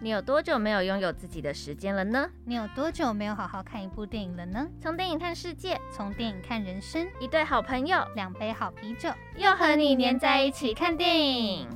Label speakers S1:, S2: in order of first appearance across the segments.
S1: 你有多久没有拥有自己的时间了呢？
S2: 你有多久没有好好看一部电影了呢？
S1: 从电影看世界，
S2: 从电影看人生，
S1: 一对好朋友
S2: 两杯好啤酒，
S1: 又和你黏在一起看电影。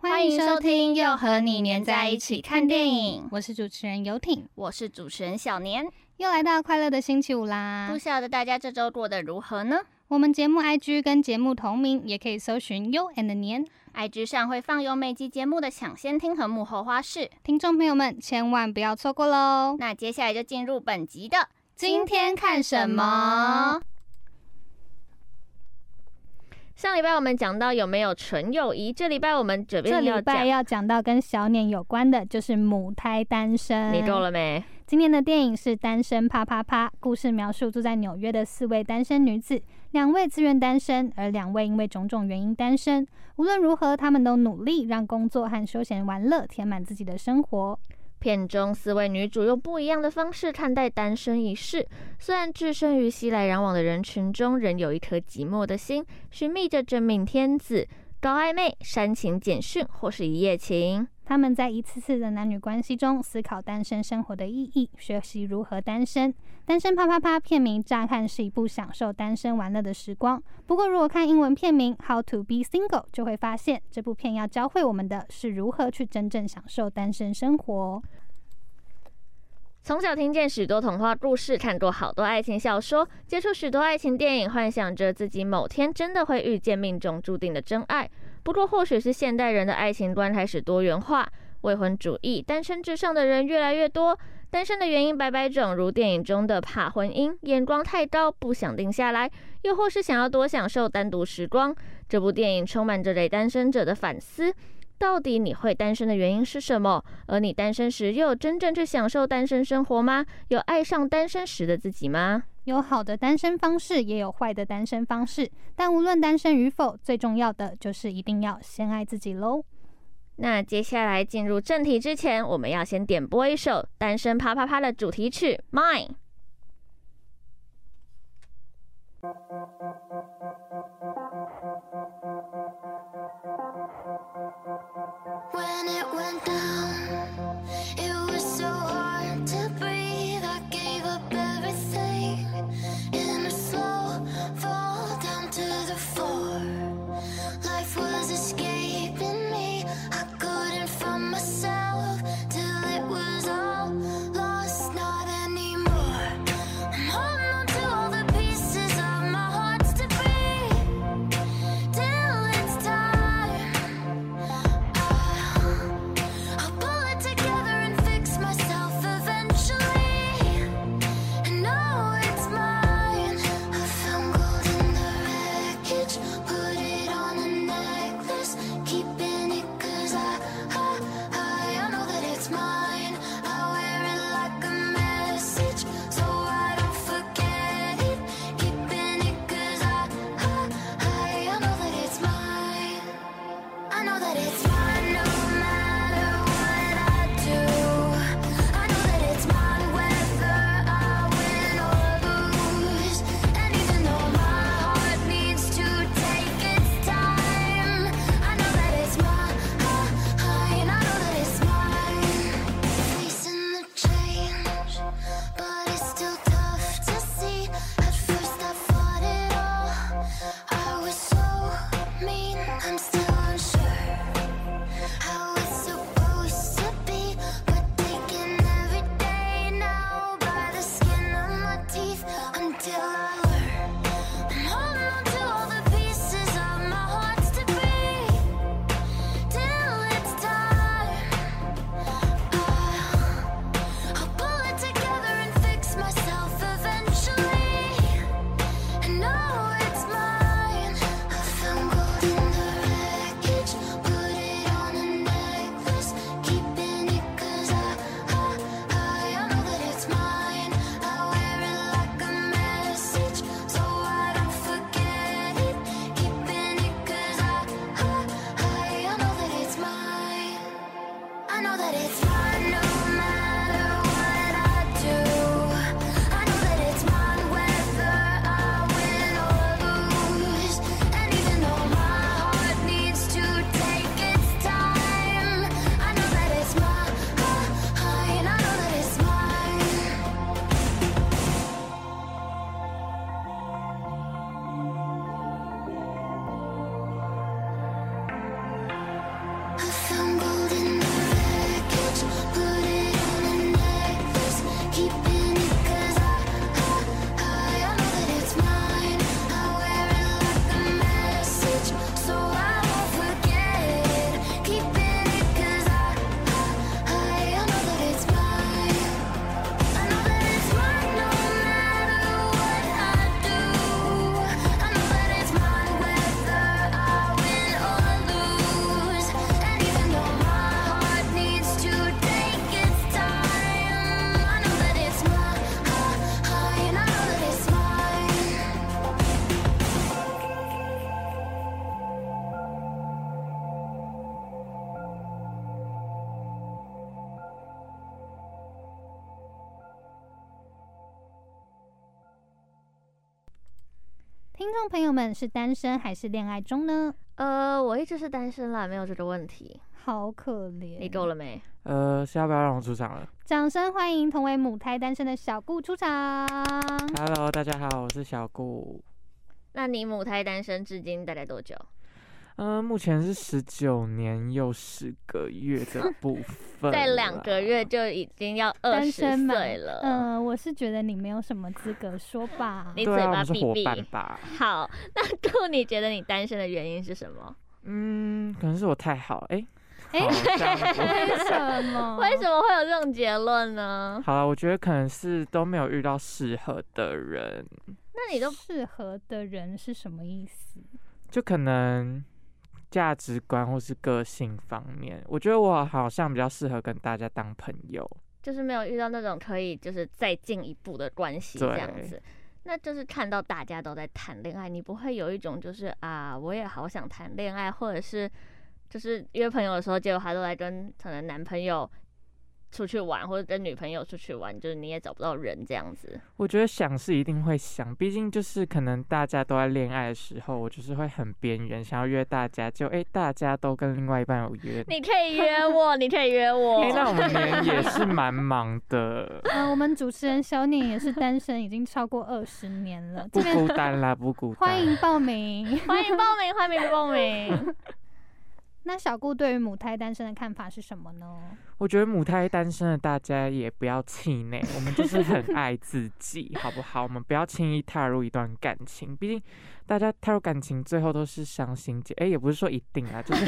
S2: 欢迎收听，又和你
S1: 黏
S2: 黏
S1: 在
S2: 在
S1: 一
S2: 一
S1: 起
S2: 起
S1: 看
S2: 看
S1: 电
S2: 电
S1: 影
S2: 影。我是主持人游艇，
S1: 我是主持人小年，
S2: 又来到快乐的星期五啦
S1: 不！晓得大家这周过得如何呢
S2: 我们节目 IG 跟节目同名，也可以搜寻 You and 年。
S1: ？IG 上会放有每集节目的抢先听和幕后花絮。
S2: 听众朋友们，千万不要错过喽！
S1: 那接下来就进入本集的
S2: 今天看什么？
S1: 上礼拜我们讲到有没有纯友谊，这礼拜我们这
S2: 这
S1: 边要
S2: 礼拜
S1: 讲，
S2: 要讲到跟小脸有关的，就是母胎单身。
S1: 你够了没？
S2: 今天的电影是《单身啪啪啪》，故事描述住在纽约的四位单身女子，两位自愿单身，而两位因为种种原因单身。无论如何，她们都努力让工作和休闲玩乐填满自己的生活。
S1: 片中四位女主用不一样的方式看待单身一事，虽然置身于熙来攘往的人群中，仍有一颗寂寞的心，寻觅着真命天子、搞暧昧、煽情简讯或是一夜情。
S2: 她们在一次次的男女关系中思考单身生活的意义，学习如何单身。《单身啪啪啪》片名乍看是一部享受单身玩乐的时光，不过如果看英文片名《How to Be Single》，就会发现这部片要教会我们的是如何去真正享受单身生活。
S1: 从小听见许多童话故事，看过好多爱情小说，接触许多爱情电影，幻想着自己某天真的会遇见命中注定的真爱。不过，或许是现代人的爱情观开始多元化，未婚主义、单身至上的人越来越多。单身的原因百百种，如电影中的怕婚姻，眼光太高，不想定下来；又或是想要多享受单独时光。这部电影充满着给单身者的反思：到底你会单身的原因是什么？而你单身时又有真正去享受单身生活吗？有爱上单身时的自己吗？
S2: 有好的单身方式，也有坏的单身方式，但无论单身与否，最重要的就是一定要先爱自己喽。
S1: 那接下来进入正题之前，我们要先点播一首《单身啪啪啪》的主题曲《Mine》。
S3: When it went down, it was so hard to breathe. I gave up everything in a slow fall down to the floor. Life was escaping me. I couldn't find myself till it was all lost, not anymore. I'm holding on to all the pieces of my heart's debris till it's time. I'll pull it together and fix myself eventually. And now it's mine. I found gold in the wreckage. Put it on a necklace. Keeping it 'cause I, I, I know that it's mine. I wear it like a message, so I don't forget it. Keeping it 'cause I, I, I know that it's mine. I know that it's mine no matter what I do. I know that it's mine whether I win or lose. And even though my heart needs to take its time, I know that it's mine. I know that it's mine. Facing the change, but it's still tough to see. At first I fought it all. I was so mean. I'm still unsure how it's supposed to be. But taking every day now by the skin of my teeth until I learn. I'm holding on to all the pieces of my heart's debris till it's time. I'll pull it together and fix myself eventually. And now it's mine. I found gold in the wreckage. Put it on a necklace. Keeping it 'cause I, I, I know that it's mine. I wear it like a message.
S2: 听众朋友们是单身还是恋爱中呢？
S1: 呃，我一直是单身啦，没有这个问题。
S2: 好可怜，
S1: 你够了没？
S4: 呃，是要不要让我出场了
S2: 掌声欢迎同为母胎单身的小顾出场。
S1: 嗯
S4: ？Hello，大家好，我是小顾。
S1: 那你母胎单身至今大概多久？
S4: 嗯、目前是十九年又十个月的部分啦，
S1: 在两个月就已经要二
S2: 单
S1: 十
S2: 身嘛
S1: 岁了。
S2: 嗯、我是觉得你没有什么资格说吧。
S1: 你
S4: 对
S1: 嘴
S4: 啊，我
S1: 巴
S4: 们是
S1: 闭
S4: 伙
S1: 闭
S4: 伴吧？
S1: 好，那 顾你觉得你单身的原因是什么？
S4: 嗯，可能是我太好，哎、
S2: 哎
S4: 好像我
S2: 为什么？
S1: 为什么会有这种结论呢？
S4: 好了，我觉得可能是都没有遇到适合的人，
S1: 那你都
S2: 适合的人是什么意思？，
S4: 就可能价值观或是个性方面，我觉得我好像比较适合跟大家当朋友。
S1: 就是没有遇到那种可以就是再进一步的关系这样子。那就是看到大家都在谈恋爱，你不会有一种就是啊，我也好想谈恋爱，或者是就是约朋友的时候，结果他都在跟可能男朋友出去玩，或者跟女朋友出去玩，就是你也找不到人这样子。
S4: 我觉得想是一定会想，毕竟就是可能大家都在恋爱的时候，我就是会很边缘，想要约大家，就哎、诶大家都跟另外一半有约。
S1: 你可以约我，你可以约我。
S4: 哎、那我们年也是蛮忙的
S2: 呃，我们主持人小念也是单身已经超过二十年了，
S4: 不
S2: 这边
S4: 孤单啦，不孤单。
S2: 欢迎报名。
S1: 欢迎报名，欢迎报名。
S2: 那小顾对于母胎单身的看法是什么呢？
S4: 我觉得母胎单身的大家也不要气馁，我们就 是很爱自己，好不好？我们不要轻易踏入一段感情，毕竟大家踏入感情最后都是伤心结。哎、也不是说一定啊， 就是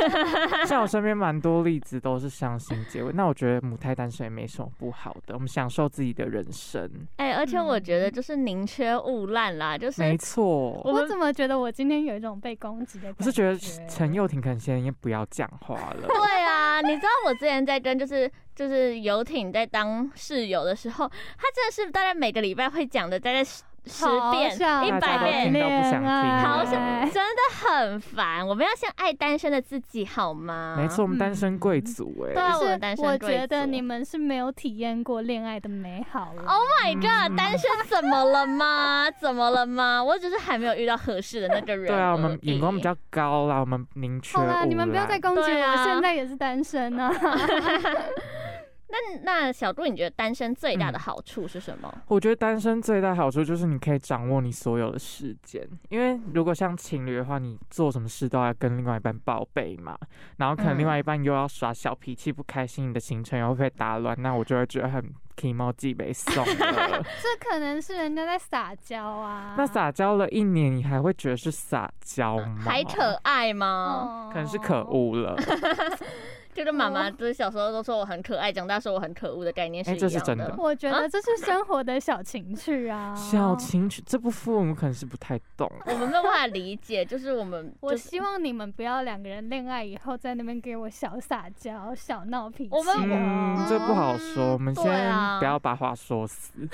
S4: 像我身边蛮多例子都是伤心结尾。那我觉得母胎单身也没什么不好的，我们享受自己的人生，
S1: 哎、而且我觉得就是宁缺毋滥啦，就是
S4: 没错。
S1: 我们
S2: 我怎么觉得我今天有一种被攻击的感
S4: 我是觉得陈佑廷可能先也不要讲话 了。
S1: 对啊，你知道我之前在跟就是就是游艇在当室友的时候，他真的是大概每个礼拜会讲的大概十十
S2: 好
S1: 遍、
S2: 想
S1: 一百
S4: 大家都
S1: 遍
S4: 听，到不想听啊
S2: 恋爱
S1: 好想真的很烦。我们要先爱单身的自己好吗？
S4: 没错，我们单身贵
S2: 嗯
S4: 族哎、
S1: 对啊
S2: 就
S1: 我
S2: 是
S1: 们单身
S2: 我
S1: 贵
S2: 觉得
S1: 族
S2: 你们是没有体验过恋爱的美好了。
S1: Oh my god，、
S4: 嗯
S1: 单身怎么了吗？怎么了吗？我只是还没有遇到合适的那个人而已。
S4: 对啊，我们眼光比较高啦，我们宁缺毋
S2: 好啦，
S4: 滥。
S2: 你们不要再攻击
S1: 对
S2: 我，
S1: 啊
S2: 现在也是单身 啊。
S1: 那那小杜，你觉得单身最大的
S4: 嗯
S1: 好处是什么？
S4: 我觉得单身最大好处就是你可以掌握你所有的时间，因为如果像情侣的话，你做什么事都要跟另外一半报备嘛，然后可能另
S1: 嗯
S4: 外一半又要耍小脾气、不开心，你的行程又会被打乱，那我就会觉得很 i m o 寄被送 了。
S2: 这可能是人家在撒娇啊。
S4: 那撒娇了一年，你还会觉得是撒娇吗？
S1: 还可爱吗？
S2: 哦
S4: 可能是可。恶了，
S1: 就是妈妈，就是小时候都说我很可爱，长大说我很可恶的概念是一
S4: 哎
S1: 样的。
S4: 这是真的
S2: 我觉得这是生活的小情趣啊。
S4: 小情趣这部分我们可能是不太懂。
S1: 我们没有办法理解，就是我们，
S2: 我
S1: 就是
S2: 希望你们不要两个人恋爱以后在那边给我小撒娇、小闹脾气。
S1: 我们
S4: 嗯，这不好说，我们
S1: 对
S4: 先
S1: 啊
S4: 不要把话说死。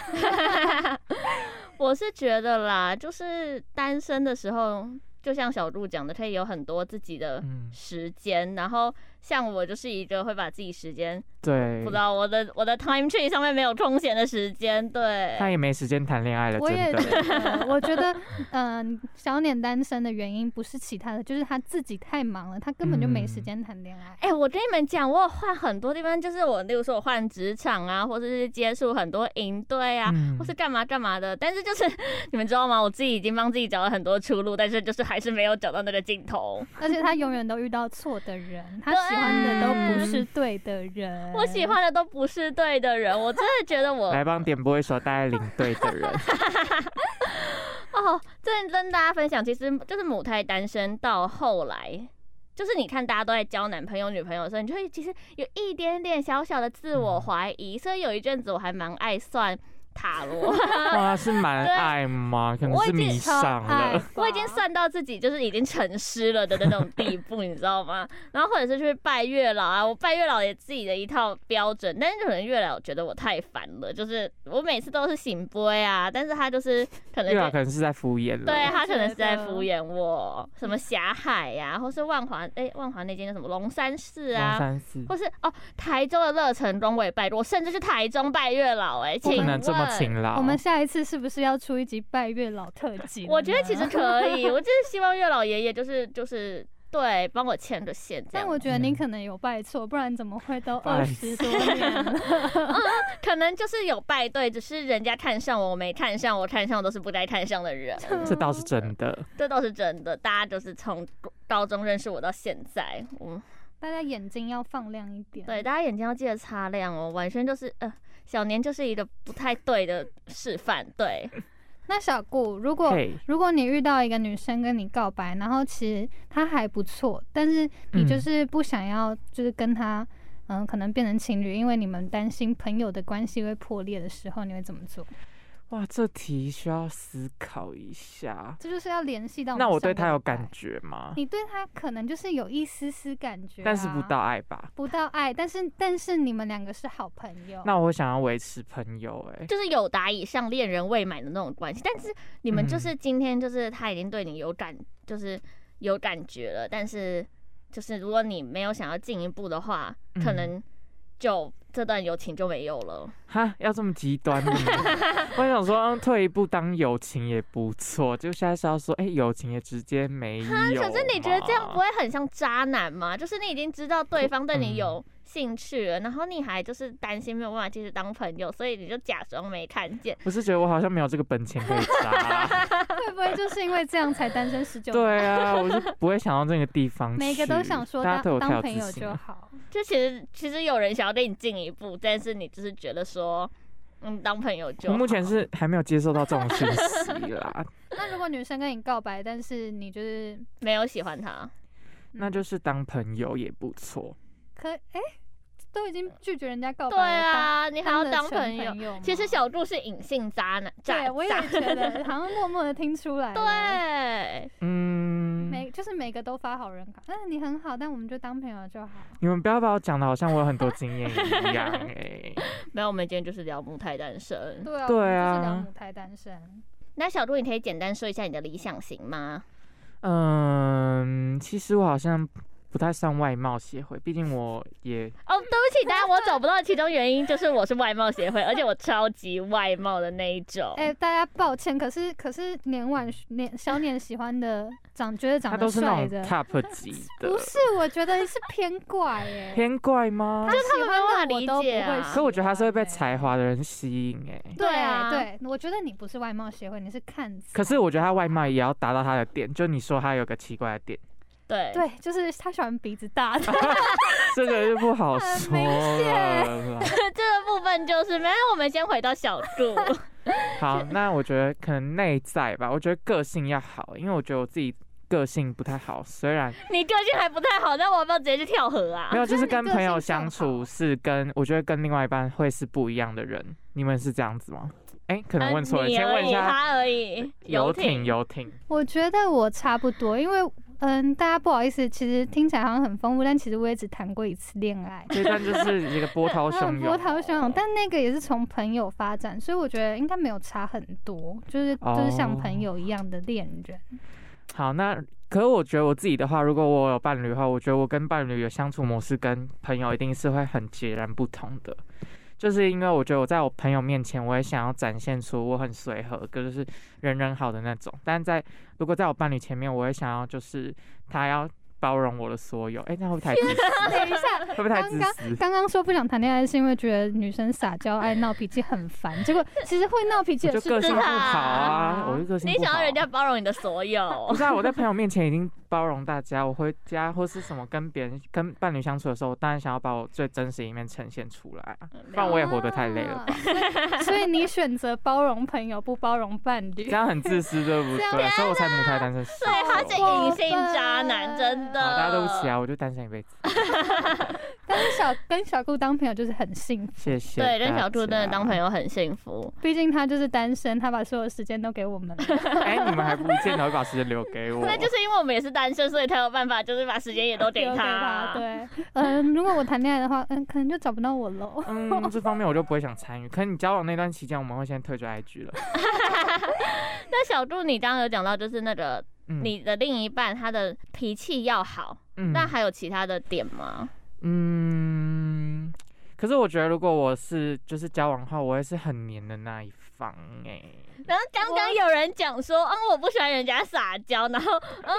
S1: 我是觉得啦，就是单身的时候，就像小鹿讲的，可以有很多自己的
S4: 嗯，
S1: 时间。然后像我就是一个会把自己时间，
S4: 对
S1: 不知，道我的我的 time tree 上面没有空闲的时间，对，
S4: 他也没时间谈恋爱了，
S2: 我也
S4: 真
S2: 觉
S4: 的。
S2: 得，我觉得，嗯、小脸单身的原因不是其他的，就是他自己太忙了，他根本就没
S4: 嗯
S2: 时间谈恋爱。
S1: 哎、我跟你们讲，我有换很多地方，就是我，例如说我换职场啊，或者是接触很多营队啊，
S4: 嗯
S1: 或是干嘛干嘛的。但是就是 你们知道吗？我自己已经帮自己找了很多出路，但是就是还是没有找到那个尽头。
S2: 而且他永远都遇到错的人，他喜欢的都不
S4: 嗯
S2: 是对的人。
S1: 我喜欢的都不是对的人，我真的觉得 我
S4: 来帮点播一首大概领队的人，
S1: 哦，这跟大家分享，其实就是母胎单身到后来。就是你看，大家都在交男朋友、女朋友的时候，你就会其实有一点点小小的自
S4: 嗯
S1: 我怀疑。所以有一阵子我还蛮爱算塔罗，
S4: 哇，是蛮爱吗？可能是迷上
S2: 爱
S4: 了。
S2: 吧
S1: 我已经算到自己就是已经沉尸了的那种地步，你知道吗？然后或者是去拜月老啊，我拜月老也自己的一套标准，但是可能月老觉得我太烦了，就是我每次都是醒波啊，但是他就是可能
S4: 月老
S1: 就
S4: 可能是在敷衍了，
S1: 对啊
S2: 我
S1: 他可能是
S2: 觉
S1: 在
S2: 得嗯
S1: 敷衍我，什么霞海呀、或是万华，哎、万华那间叫什么龙山寺
S4: 王
S1: 啊。
S4: 三四，
S1: 或是哦，台州的乐成宫我也拜过，我甚至去台中拜月老哎、请
S4: 不可能这么要勤劳。
S2: 我们下一次是不是要出一集拜月老特辑？
S1: 我觉得其实，可 以，我就是希望月老爷爷就是就是对帮我牵着线这
S2: 但
S1: 样，
S2: 我觉得你可能有拜错，不然怎么会都
S4: 拜
S2: 二十多年了？
S1: 可能就是有拜对，只是人家看上我，我没看上，我看上都是不该看上的人，
S4: 这倒是真的。
S1: 这倒是真的。大家就是从高中认识我到现在，嗯，
S2: 大家眼睛要放亮一点。
S1: 对，大家眼睛要记得擦亮哦，晚轩就是呃。小年就是一个不太对的示范，对，
S2: 那小顾，如果
S4: 嘿，
S2: 如果你遇到一个女生跟你告白，然后其实她还不错，但是你就
S4: 嗯
S2: 是不想要，就是跟她，嗯、可能变成情侣，因为你们担心朋友的关系会破裂的时候，你会怎么做？
S4: 哇，这题需要思考一下。
S2: 这就是要联系到
S4: 那
S2: 们
S4: 我对
S2: 上个
S4: 他有
S2: 礼拜
S4: 感，觉吗？
S2: 你对她可能就是有一丝丝感觉、啊
S4: 但是不。到爱吧？
S2: 不到爱，但是但是你们两个是好朋友，
S4: 那我想要维持朋友，哎，
S1: 就是有达以上恋人未满的那种关系。但是你们
S4: 嗯
S1: 就是今天就是他已经对你有感，就是有感觉了，但是就是如果你没有想要进一步的话，
S4: 嗯
S1: 可能就这段友情就没有了。
S4: 哈，要这么极端的吗？我想说，嗯退一步当友情也不错，就现在是要说，哎、友情也直接没有嘛。
S1: 可是你觉得这样不会很像渣男吗？就是你已经知道对方对你
S4: 嗯
S1: 有兴趣了，然后你还就是担心没有办法继续当朋友，所以你就假装没看见。
S4: 啊我是觉得我好像没有这个本钱可以渣啦。
S2: 会不会就是因为这样才单身十九？，
S4: 对啊，我就不会想到这个地方去。
S2: 每个都想说
S4: 大家对
S2: 当当
S4: 我太有
S2: 朋
S4: 自
S2: 友
S4: 信
S2: 就
S4: 了。
S2: 好。
S1: 就其实其实有人想要跟你进一步，但是你就是觉得说，嗯，当朋友就
S4: 我
S1: 好
S4: 目前是还没有接受到这种讯息啦，
S2: 那如果女生跟你告白，但是你就是嗯
S1: 没有喜欢他。
S4: 那就是当朋友也不错。
S2: 可哎、都已经拒绝人家告白
S1: 对
S2: 了，
S1: 啊，你还要
S2: 当，
S1: 当
S2: 朋
S1: 友。
S2: 友
S1: 其实
S2: 吗
S1: 小柱是隐性渣男，渣
S2: 对我也
S1: 渣。
S2: 觉得，好像默默的听出来了。
S1: 对，
S4: 嗯，
S2: 每就是每个都发好人卡，嗯，你很好，但我们就当朋友就好。
S4: 你们不要把我讲的好像我有很多经验一样哎、
S1: 没有，我们今天就是聊母胎单身。
S2: 对啊，
S4: 对
S2: 我们就是
S4: 啊
S2: 聊母胎单身，
S1: 那小柱，你可以简单说一下你的理想型吗？
S4: 嗯，其实我好像不太算外貌协会，毕竟我也
S1: 哦，对不起，大家我找不到其中原因，就是我是外貌协会，而且我超级外貌的那一种。
S2: 哎、大家抱歉，可是可是年晚年小年喜欢的长觉得
S4: 他
S2: 长
S4: 都
S2: 得
S4: 是那
S2: 帅
S4: 种
S2: 的，
S4: top 级的
S2: 不，是，我觉得是偏怪哎、
S4: 偏怪吗？
S2: 喜
S1: 们没有办
S2: 欢
S1: 法
S2: 的我都
S1: 理
S2: 不
S1: 解
S2: 会
S1: 啊
S2: 喜
S4: 可我觉得他是会被
S2: 欢欸
S4: 才华的人吸引哎、
S1: 对啊
S2: 对，我觉得你不是外貌协会，你是看才。
S4: 可是我觉得他外貌也要达到他的点，就你说他有个奇怪的点，
S1: 对，
S2: 对，就是他喜欢鼻子大的，
S4: 这个就不好
S2: 很
S4: 说
S2: 明
S4: 了啦。
S1: 这个部分就是没有。我们先回到小 柱。
S4: 好，那我觉得可能内在吧，我觉得个性要好，因为我觉得我自己个性不太好，虽然
S1: 你个性还不太好，那我要不要直接去跳河啊
S4: 没？有，就是
S2: 你
S4: 跟
S2: 个
S4: 朋
S2: 性
S4: 友相
S2: 上
S4: 处
S2: 好
S4: 是跟我觉得跟另外一半会是不一样的人。你们是这样子吗？哎、可
S2: 呃
S4: 能问错了，
S1: 啊你
S4: 先
S1: 而
S4: 问一
S1: 已，
S4: 下
S1: 他而已。
S4: 游艇，游艇，，
S2: 我觉得我差不多，因为嗯，大家不好意思，其实听起来好像很丰富，但其实我也只谈过一次恋爱
S4: 这段就是一个 波涛汹
S2: 很
S4: 涌，
S2: 波
S4: 哦
S2: 涛汹涌，但那个也是从朋友发展，所以我觉得应该没有差很多，就是就是像
S4: 哦
S2: 朋友一样的恋人。
S4: 好，那可是我觉得我自己的话，如果我有伴侣的话，我觉得我跟伴侣的相处模式跟朋友一定是会很截然不同的。就是因为我觉得我在我朋友面前，我也想要展现出我很随和，就是人人好的那种。但在如果在我伴侣前面，我也想要就是他要包容我的所有。哎、那会不会太自 私？
S2: 等一下，
S4: 会不会太自私？
S2: 刚刚说不想谈恋爱是因为觉得女生撒娇、爱闹脾气很烦，结果其实会闹脾气
S4: 我
S2: 也
S4: 就是个性不好
S2: 是
S4: 啊，
S2: 他
S4: 我就个性
S1: 你
S4: 不好、
S1: 想
S4: 啊。
S1: 要人家包容你的所有
S4: 不， 是啊，我在朋友面前已经包容大家，我回家或是什么跟别人、跟伴侣相处的时候，我当然想要把我最真实一面呈现出来啊，
S1: 嗯
S4: 不然我也活得太累了吧，
S2: 啊。所以所以你选择包容朋友，不包容伴侣
S4: 这。样很自私，对不对？所以我才母胎单身。
S1: 啊对，他是
S4: 好，
S1: 隐性渣男，真的。
S4: 大家对不起
S1: 哦
S4: 啊，。我就单身一辈子，
S2: 但是小跟小顾当朋友就是很幸福，
S4: 谢谢。
S1: 对，跟小柱真的当朋。友很幸福。
S2: 毕竟他就是单身，他把所有时间都给我们了。
S4: 哎，你们还不见得会把时间留给 我，
S1: 那就是因为我们也是单身，所以才有办法，就是把时间也都给
S2: 留给
S1: 他。
S2: 他。，对，嗯，如果我谈恋爱的话，嗯，可能就找不到我 喽。
S4: 嗯，这方面我就不会想参与。可是你交往那段期间，我们会先退出 IG 了。
S1: 那小柱，你刚刚有讲到，就是那个
S4: 嗯，
S1: 你的另一半他的脾气要好，
S4: 嗯
S1: 那还有其他的点吗？
S4: 嗯，可是我觉得如果我是就是交往的话，我会是很黏的那一方哎、
S1: 然后刚刚有人讲说，嗯，我不喜欢人家撒娇，然后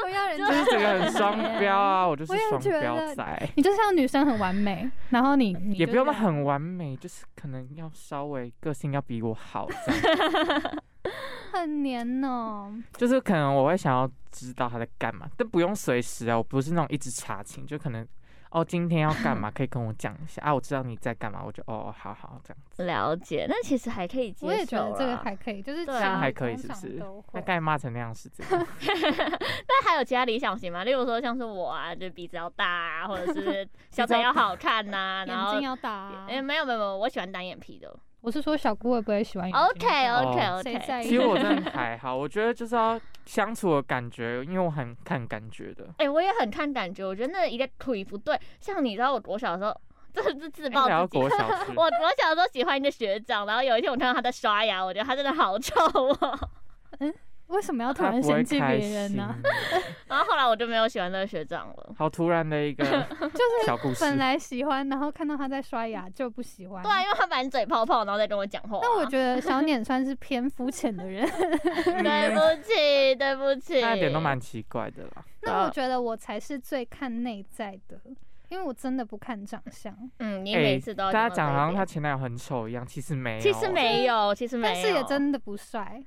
S5: 不要人
S4: 就是
S5: 家
S4: 这个很双标啊，我就是
S5: 我也
S4: 双
S5: 觉
S4: 标
S5: 得
S4: 仔，
S2: 你就是要女生很完美，然后你你
S4: 也
S2: 就
S4: 不用
S2: 是
S4: 很完美，就是可能要稍微个性要比我好这样，
S2: 很黏哦。
S4: 就是可能我会想要知道他在干嘛，但不用随时啊，我不是那种一直查寝，就可能哦今天要干嘛可以跟我讲一下啊，我知道你在干嘛，我就哦好好这样，
S1: 了解，那其实还可以接受
S2: 我也觉得这个
S1: 啦
S2: 还可以，就是
S1: 对啊
S2: 情侣
S4: 还可以
S2: 通
S4: 是不
S2: 常
S4: 是
S2: 都
S4: 大
S2: 会
S4: 概骂成那样是这样。
S1: 那还有其他理想型吗？例如说像是我啊，就鼻子要大啊， 或者是小腿要好看呐、然
S2: 眼
S1: 后
S2: 睛要大啊、
S1: 哎、没有没有没有，我喜欢单眼皮的。
S2: 我是说小姑会不会喜欢眼睛
S1: OK
S2: 大
S1: OK
S4: 哦
S2: 谁
S1: OK。
S2: 在意？
S4: 其实 我真的还好，我觉得就是要相处的感觉，因为我很看感觉的。
S1: 哎、我也很看感觉，我觉得那一个腿不对。像你知道，我国小的时候， 这是自
S4: 哎聊
S1: 暴
S4: 到
S1: 自弃。
S4: 国小 去
S1: 我国小的时候喜欢一个学长，然后有一天我看到他在刷牙，我觉得他真的好丑哦。
S2: 为什么要突
S4: 他
S2: 然
S4: 不会
S2: 嫌弃
S4: 开
S2: 别
S4: 心
S2: 人呢、
S4: 的，
S1: 然后后来我就没有喜欢那个学长
S2: 嗯
S1: 了。
S4: 好突然的一 个
S2: 就是
S4: 小故事。
S2: 本来喜欢，然后看到他在刷牙就不喜欢。
S1: 对啊，因为他满嘴泡泡，然后再跟我讲话、
S2: 但我觉得小脸算是偏肤浅的人，
S1: 得 对不起，对不 起。
S4: 那点都蛮奇怪的啦。
S2: 那我觉得我才是最看内在的，因为我真的不看长相，
S1: 嗯，你
S4: 哎
S1: 每次都要到
S4: 大家
S1: 这
S4: 讲
S1: 一
S4: 好像
S1: 点
S4: 他前男友很丑一样，其实没有。
S1: 其实没有，其实没有，
S2: 但是也真的不帅。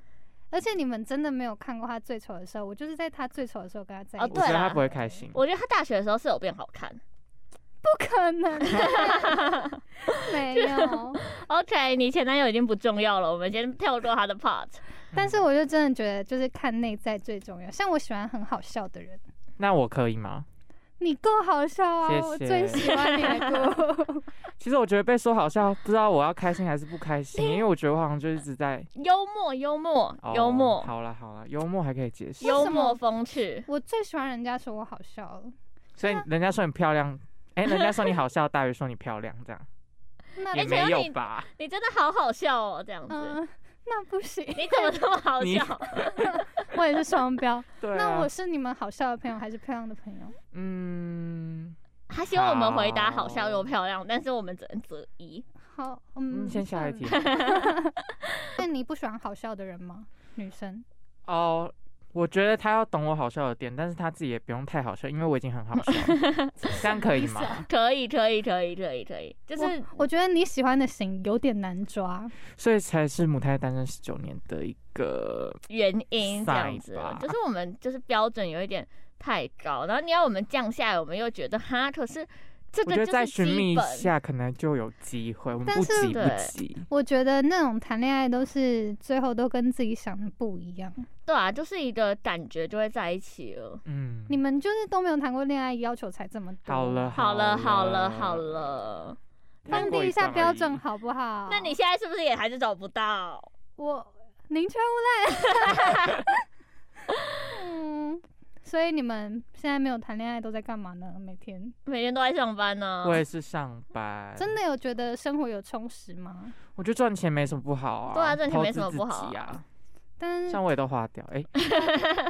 S2: 而且你们真的没有看过他最丑的时候，我就是在他最丑的时候跟他在一
S1: 哦
S2: 起。
S4: 我觉
S1: 对
S4: 得
S1: 啦
S4: 他不会开心。嗯
S1: 我觉得他大学的时候是有变好看。
S2: 不可能， 没有。
S1: OK，你前男友已经不重要了，我们先跳过他的 part。
S2: 但是我就真的觉得，就是看内在最重要。像我喜欢很好笑的人，
S4: 那我可以吗？
S2: 你够好笑啊！
S4: 谢
S2: 我
S4: 谢
S2: 最喜欢你 了。
S4: 其实我觉得被说好笑，不知道我要开心还是不开心，因为我觉得我好像就一直在、
S1: 幽默，幽默，
S4: 哦、
S1: 幽默，
S4: 好了好了，幽默还可以解释。
S1: 幽默风趣。
S2: 我最喜欢人家说我好笑了。
S4: 所以人家说你漂亮，哎、人家说你好笑，大于说你漂亮，这样
S2: 那
S4: 也
S1: 而且
S4: 没
S1: 你
S4: 有吧？
S1: 你真的好好笑哦，这样子。
S2: 嗯、那不行，
S1: 你怎么这么好
S4: 你
S1: 笑？
S2: 我也是双标。
S4: 对
S2: 那
S4: 啊
S2: 我，是你们好笑的朋友还是漂亮的朋友？
S4: 嗯
S1: 他希望我们回答好笑又
S4: 好
S1: 漂亮，但是我们只能择 一。
S2: 好，嗯，
S4: 嗯，先下一
S2: 算
S4: 题
S2: 了。那你不喜欢好笑的人吗？女生？
S4: 哦。我觉得他要懂我好笑的点，但是他自己也不用太好笑，因为我已经很好笑了，这样可以吗？
S1: 可以，可以，可以，可以，可以，就是
S2: 我觉得你喜欢的型有点难抓。
S4: 所以才是母胎单身十九年的一个
S1: 原因这样
S4: 塞
S1: 子
S4: 吧，
S1: 就是我们就是标准有一点太高，然后你要我们降下来，我们又觉得哈，可是这
S4: 我
S1: 个
S4: 觉
S1: 就
S4: 得
S1: 是
S4: 再
S1: 基
S4: 寻觅一
S1: 本。
S4: 下，可能就有机会。我们
S2: 但
S4: 不
S2: 是
S4: 急不
S1: 对
S4: 急，
S2: 我觉得那种谈恋爱都是最后都跟自己想的不一样。
S1: 对啊，就是一个感觉就会在一起了。
S4: 嗯，
S2: 你们就是都没有谈过恋爱，要求才这么多。
S4: 好了，，
S1: 好了，好
S4: 了，
S1: 了，好，了。
S4: 看
S2: 放
S4: 过
S2: 低一下
S4: 段而
S2: 标
S4: 已
S2: 准。好不好？
S1: 那你现在是不是也还是找不到？
S2: 我宁缺毋滥。嗯，所以你们现在没有谈恋爱都在干嘛呢？每天
S1: 每天都在上班呢、
S4: 我也是上班，
S2: 真的有觉得生活有充实吗？
S4: 我觉得赚钱没什么不好啊，
S1: 对啊赚嗯钱
S4: 投
S1: 没
S4: 资
S1: 什么
S4: 自
S1: 不好
S4: 己啊。
S2: 但是
S4: 像我也都花掉，哎，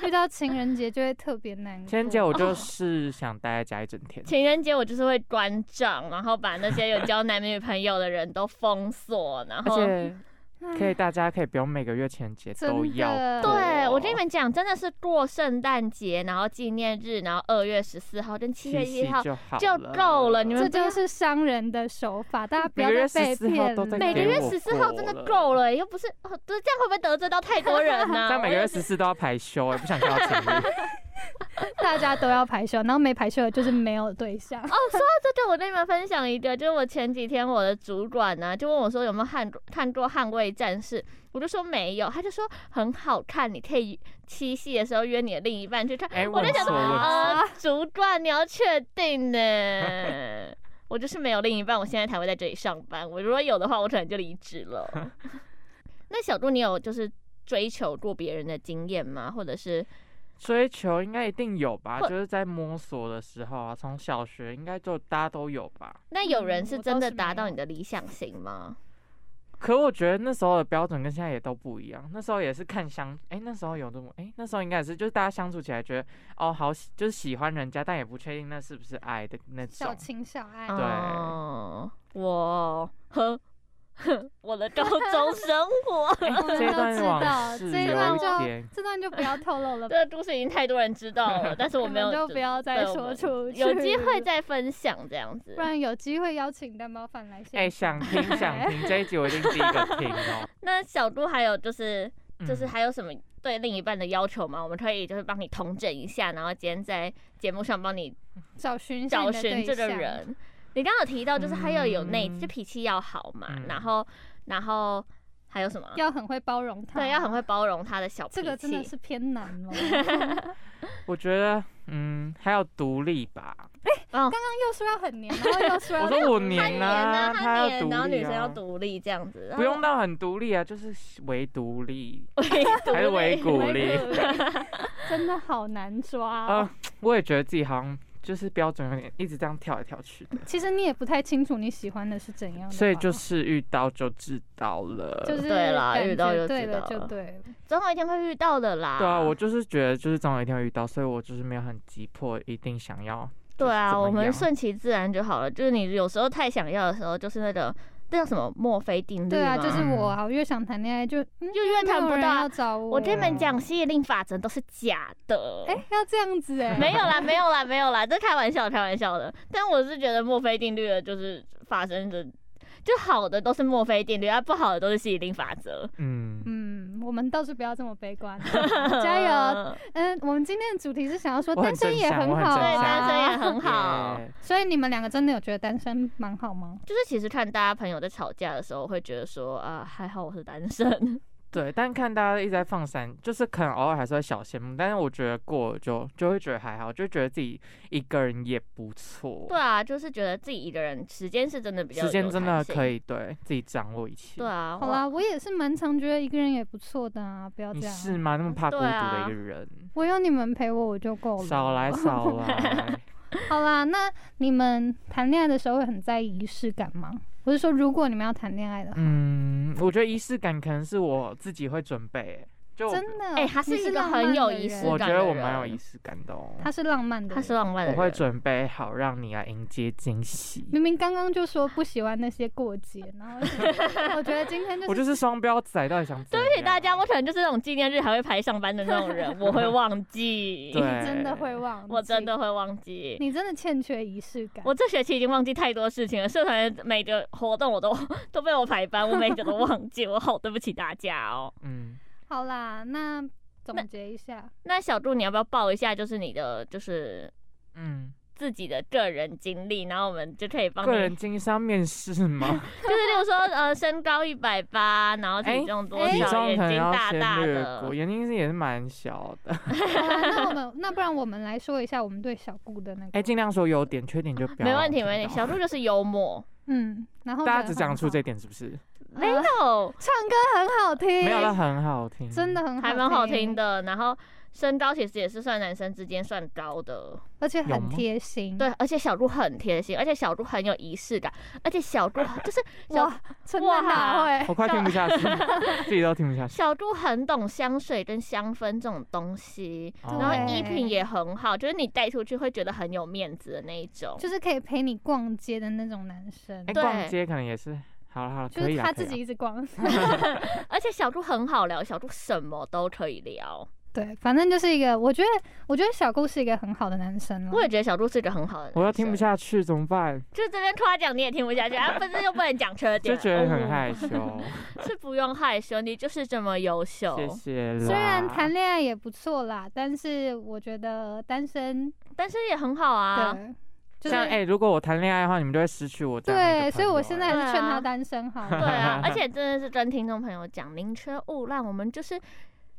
S2: 遇到情人节就会特别难过。
S1: 嗯
S4: 情人节我
S1: 哦
S4: 就是想待在家一整天，
S1: 情人节我就是会关账，然后把那些有交男女朋友的人都封锁，然
S4: 而
S1: 后。嗯
S4: 且可以
S2: 哎
S4: 大家可以不用每个月情人节都
S2: 真
S4: 要
S2: 的
S4: 过。
S1: 对，我跟你们讲，真的是过圣诞节，然后纪念日，然后二月十四号跟七月
S4: 七
S1: 一
S4: 夕
S1: 号，
S4: 就好
S1: 就够了你们
S2: 这就是商人的手法，大家不
S4: 每
S2: 要
S4: 个
S2: 再
S4: 月
S2: 被
S4: 14号
S2: 骗
S4: 都
S2: 了。
S4: 在
S1: 每个
S4: 给
S1: 月
S4: 我
S1: 十四号真的
S4: 过
S1: 够
S4: 了
S1: 了，又不是哦，这这样会不会得罪到太多人 呢、
S4: 但每
S1: 我
S4: 个月
S1: 又
S4: 十四都要排休，哎，不想看到情 侣。
S2: 大家都要排休，然后没排休的就是没有对象。
S1: 哦，说到这个，我跟你们分享一个，就是我前几天我的主管呢、就问我说有没有看看过《捍卫战士》，我就说没有，他就说很好看，你可以七夕的时候约你的另一半去看。
S4: 哎，
S1: 我
S4: 问
S1: 就想
S4: 错
S1: 说，
S4: 问
S1: 呃，主管你要确定呢。我就是没有另一半，我现在才会在这里上班。我如果有的话，我可能就离职 了。那小杜，你有就是追求过别人的经验吗？或者是
S4: 追求应该一定有吧，
S1: 或
S4: 就是在摸索的时候啊，从小学应该就大家都有吧。
S1: 那有人
S2: 嗯
S1: 是
S2: 我
S1: 真
S2: 倒
S1: 的
S2: 是没
S1: 达到
S2: 有
S1: 你的理想型吗？
S4: 可我觉得那时候的标准跟现在也都不一样，那时候也是看相，哎、那时候有这么，哎、那时候应该也是，就是大家相处起来觉得，哦，好喜，就是喜欢人家，但也不确定那是不是爱的那
S2: 小
S4: 种。
S2: 情小爱，
S4: 对
S1: 哦，我 呵呵我的高中生活。
S4: 哎
S2: 我们
S4: 这
S2: 都
S4: 段
S2: 知
S4: 往
S2: 道，
S4: 事
S2: 这一
S4: 有
S2: 段
S4: 一
S2: 就
S4: 点
S2: 这段就不要透露了吧，
S1: 这个故事已经太多人知道了，但是
S2: 我
S1: 我没有
S2: 们就不要再
S1: 对我
S2: 说
S1: 们
S2: 出去，
S1: 有机会，再分享这样子
S2: 不。然有机会邀请蛋包饭来现场。
S4: 哎、想听 想听，这一集我一定第一个听 哦。
S1: 那小猪还有就是就是
S4: 嗯
S1: 还有什么对另一半的要求吗？我们可以就是帮你统整一下，然后今天在节目上帮你
S2: 找寻下
S1: 找
S2: 你的
S1: 寻
S2: 对
S1: 这个
S2: 象，
S1: 人。你刚刚有提到，就是他要有内，
S4: 嗯
S1: 就脾气要好嘛，
S4: 嗯
S1: 然后然后还有什么？啊
S2: 要很会包容他，
S1: 对，要很会包容他的小脾气。
S2: 这个真的是偏难 了。
S4: 我觉得，嗯，还有独立吧。
S1: 哦，
S2: 又说要很黏，然后又说要
S4: 我说我黏
S1: 黏
S4: 啊，
S1: 啊，他
S4: 要
S1: 黏，然
S4: 独
S1: 后
S4: 立
S1: 女生要
S4: 啊，
S1: 独立这样子，
S4: 不用到很独立啊，就是唯独立。
S1: 他
S4: 还是
S1: 唯
S4: 围
S1: 独
S4: 骨
S1: 立
S4: 鼓励
S2: 真的好难抓、哦
S4: 啊、我也觉得自己好像就是标准有点一直这样跳来跳去的，
S2: 其实你也不太清楚你喜欢的是怎样的吧，
S4: 所以就是遇到就知道了。
S2: 就是
S1: 对啦
S2: 感
S1: 遇到
S2: 觉
S1: 就
S2: 对
S1: 知
S2: 了
S1: 道
S2: 就
S1: 了
S2: 对了。
S1: 总有一天会遇到的啦。
S4: 对啊，我就是觉得就是总有一天会遇到，所以我就是没有很急迫一定想要。
S1: 对啊，
S4: 怎么
S1: 我们
S4: 样
S1: 顺其自然就好了。就是你有时候太想要的时候，就是那个那叫什么墨菲定律
S2: 对啊，
S1: 吗
S2: 就是我啊，我越想谈恋爱就嗯就
S1: 就越谈不到
S2: 要找我。
S1: 我跟你们讲，吸引力法则都是假的。
S2: 哎，要这样子哎，
S1: 没有啦， 没有啦，没有啦，这开玩笑，开玩笑的。但我是觉得墨菲定律的，就是发生的，就好的都是墨菲定律，啊，不好的都是吸引力法则。
S4: 嗯，
S2: 嗯，我们倒是不要这么悲观，啊 加油！！嗯，我们今天的主题是想要说
S4: 我很
S2: 单身
S4: 正
S2: 也
S4: 向
S2: 很
S4: 我很
S2: 好
S4: 正
S1: 对，
S4: 向
S1: 单身也
S2: 啊，
S1: 很好。
S4: 耶
S2: 所以你们两个真的有觉得单身蛮好吗？
S1: 就是其实看大家朋友在吵架的时候，会觉得说啊，还好我是单 身。
S4: 对，但看大家一直在放闪，就是可能偶尔还是会小羡慕，但是我觉得过了就就会觉得还好，就觉得自己一个人也不错。
S1: 对啊，就是觉得自己一个人时间是真的比较
S4: 时间真的可
S1: 以。
S4: 以对自己掌握一切。
S1: 对啊，
S2: 好啦，我也是蛮常觉得一个人也不错的啊，不要这
S4: 你
S2: 样。
S4: 是吗？那么怕孤独
S1: 对啊
S4: 的一个人，
S2: 我有你们陪我，我就够了。
S4: 少来少 来。
S2: 好啦，那你们谈恋爱的时候会很在意仪式感吗？我是说，如果你们要谈恋爱的话，
S4: 嗯，我觉得仪式感可能是我自己会准备欸，就我
S2: 真的，
S1: 哎他是
S2: 你
S1: 一
S2: 是
S1: 个
S2: 浪
S1: 很
S2: 漫
S1: 有
S2: 的
S1: 仪式
S2: 人
S4: 我觉得我蛮
S1: 感的
S4: 有
S1: 人
S4: 仪式感的哦。
S2: 他是浪漫的
S1: 他是
S2: 人
S1: 浪漫的人，
S4: 我会准备好让你来迎接惊喜。
S2: 明明刚刚就说不喜欢那些过节，然后我觉得今天就
S4: 我
S2: 是
S4: 就是双标仔，到底想怎
S1: 对不起
S4: 样
S1: 大家，我可能就是那种纪念日还会排上班的那种人，我会忘记，
S4: 对
S2: 你真的会忘，
S1: 我真，的会忘记。
S2: 你真的欠缺仪式感。
S1: 我这学期已经忘记太多事情了，社团每个活动我都 都被我排班，我每个都忘记，我好对不起大家哦。
S4: 嗯，
S2: 好啦，那
S1: 那
S2: 总结一下，
S1: 那小祝，你要不要报一下，就是你的就是
S4: 嗯，
S1: 自己的个人经历，然后我们就可以帮
S4: 个
S1: 你，
S4: 人经商 面试吗？
S1: 就是例如说呃身高一百八，然后体重多
S2: 哎
S4: 体
S1: 少，
S4: 重
S1: 眼
S4: 可能
S1: 睛
S4: 要
S1: 大大
S4: 先略
S1: 的
S4: 过，，眼睛是也是蛮小的。
S2: 好啦那我们那不然我们来说一下我们对小顾的那个，
S4: 哎，尽量说优点，缺点就不要。
S1: 没问题没问题。小
S4: 鹿，
S1: 祝就是幽 默，
S2: 嗯，然后
S4: 大家
S2: 人
S4: 只讲
S2: 很
S4: 出
S2: 好
S4: 这点是不是？
S1: 没
S2: 嗯
S1: 有，
S2: 唱歌很好听，
S4: 没有，它很好听，
S2: 真的很好，
S1: 还蛮好听，的。然后身高其实也是算男生之间算高的，
S2: 而且
S4: 有
S2: 很
S4: 吗
S2: 贴心。
S1: 对，，而且小猪很贴心，而且小猪很有仪式感，而且小猪 就是小
S2: 哇，真
S1: 哇
S2: 的哪会？
S4: 我快听不下 去，自己都听不下去。
S1: 小猪很懂香水跟香氛这种东西，然后
S4: 哦
S2: 对
S1: 衣品也很好，就是你带出去会觉得很有面子的那一种。
S2: 就是可以陪你逛街的那种男生
S4: 哎，，
S1: 对
S4: 逛街可能也是，好了好了，
S2: 就
S4: 可
S2: 是
S4: 以啦
S2: 他
S4: 可以
S2: 自己
S4: 啦
S2: 一直逛。
S1: 而且小猪很好聊，小猪什么都可以聊。
S2: 对，反正就是一个，我觉得，我觉得小顾是一个很好的男生啊了
S1: 我。也觉得小猪是一个很好的男生。
S4: 我要听不，下去怎么办？
S1: 就这边夸奖你也听不下 去，啊，反正又不能讲缺点，
S4: 就觉得很
S1: 哦
S4: 害羞。
S1: 是不用害羞，你就是这么优秀。
S4: 谢谢
S1: 啊
S4: 啦。
S2: 虽然谈恋爱也不错啦，但是我觉得单身
S1: 单身也很好啊。
S2: 对，就是
S4: 像哎、如果我谈恋爱的话，你们就会失去我这样的一
S2: 对，
S4: 个
S2: 所以
S4: 朋
S2: 我
S4: 友
S2: 现
S4: 哎
S2: 在还是劝
S1: 对啊
S2: 他单身好
S1: 对
S2: 了。
S1: 啊，而且真的是跟听众朋友讲，宁缺毋滥，我们就是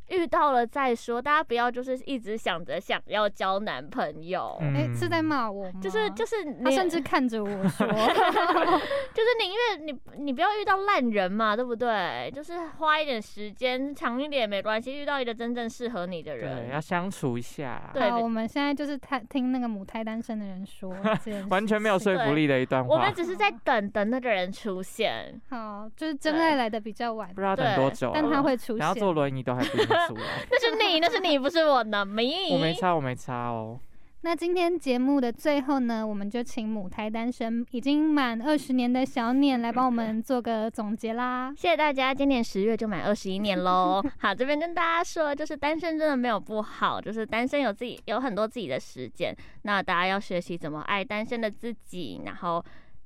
S1: 遇到了再说，大家不要就是一直想着想要交男朋友，
S2: 哎，是在
S4: 嗯
S2: 骂我吗？
S1: 就是就是
S2: 他
S1: 你
S2: 甚至看着我说，
S1: 就是宁愿你你不要遇到烂人嘛，对不对？就是花一点时间，长一点也没关系，遇到一个真正适合你的
S4: 对，
S1: 人
S4: 要，相处一下。
S1: 对
S2: 好，我们现在就是他听那个母胎单身的人说这件事
S4: 完全没有
S2: 情
S4: 说服力的一段
S1: 我们
S4: 话，
S1: 只是在等等那个人出现。。
S2: 好，就是真爱来的比较晚
S4: 不，知道等多久了。
S2: 但他会出
S4: 然后坐
S2: 现。
S4: 轮椅都还不一定出来
S1: 那是你，那是你，不是我呢，
S4: 我没
S1: 没。
S4: 差，我没差哦。
S2: 那今天节目的最后呢，我们就请母胎单身已经满二十年的小念来帮
S4: 嗯
S2: 我们做个总结啦。
S1: 谢谢大家，今年十月就满二十一年喽。 好，这边跟大家说，就是单身真的没有不好，就是单身有自己有很多自己的时间，那大家要学习怎么爱单身的自己，然后。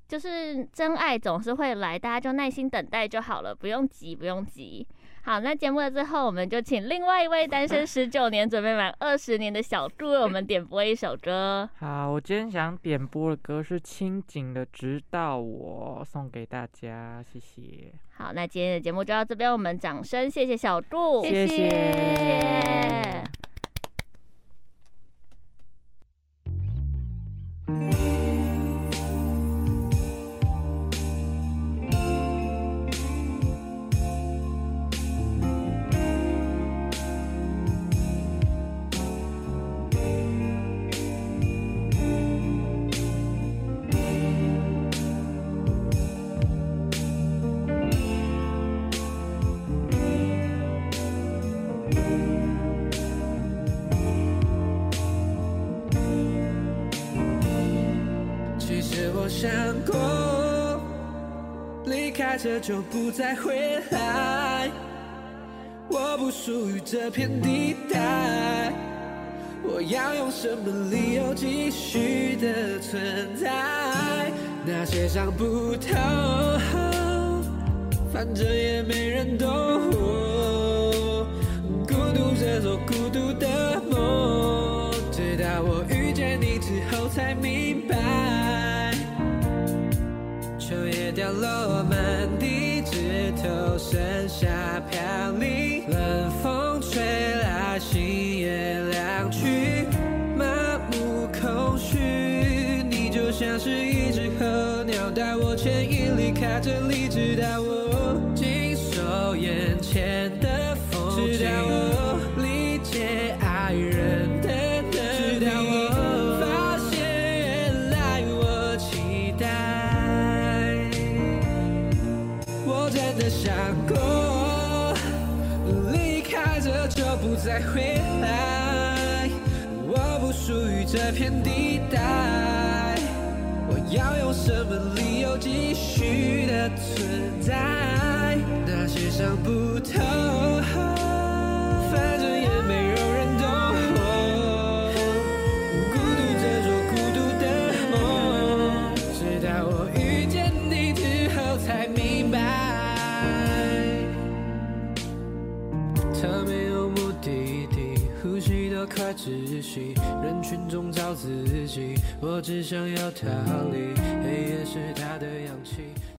S1: 就是真爱总是会来，大家就耐心等待就好了，不用急，不用急。好，那节目的最后，我们就请另外一位单身十九年、准备满二十年的小猪为我们点播一首歌。
S4: 好，我今天想点播的歌是清景的《直到我》，送给大家，谢谢。
S1: 好，那今天的节目就到这边，我们掌声谢谢小助，
S4: 谢谢
S1: 谢
S5: 其实我想过，离开这就不再回来。我不属于这片地带，我要用什么理由继续的存在？那些想不透，反正也没人懂我。孤独这座孤独的梦，直到我遇见你之后才明白，秋叶掉落满地，枝头剩下飘零，冷风吹来，星也亮去，麻木空虚，你就像是一只候鸟，带我牵引离开这里，直到我尽收眼前的风景，直到我理解爱人的能力，直到我发现原来我期待。我真的想过离开这就不再回来，我不属于这片地带，我要用什么理由继续的存在？那些想不透。反正也没有人懂我，孤独这座孤独的梦，直到我遇见你之后才明白，他没有目的地，呼吸都快窒息，人群中找自己，我只想要逃离，黑夜是他的氧气。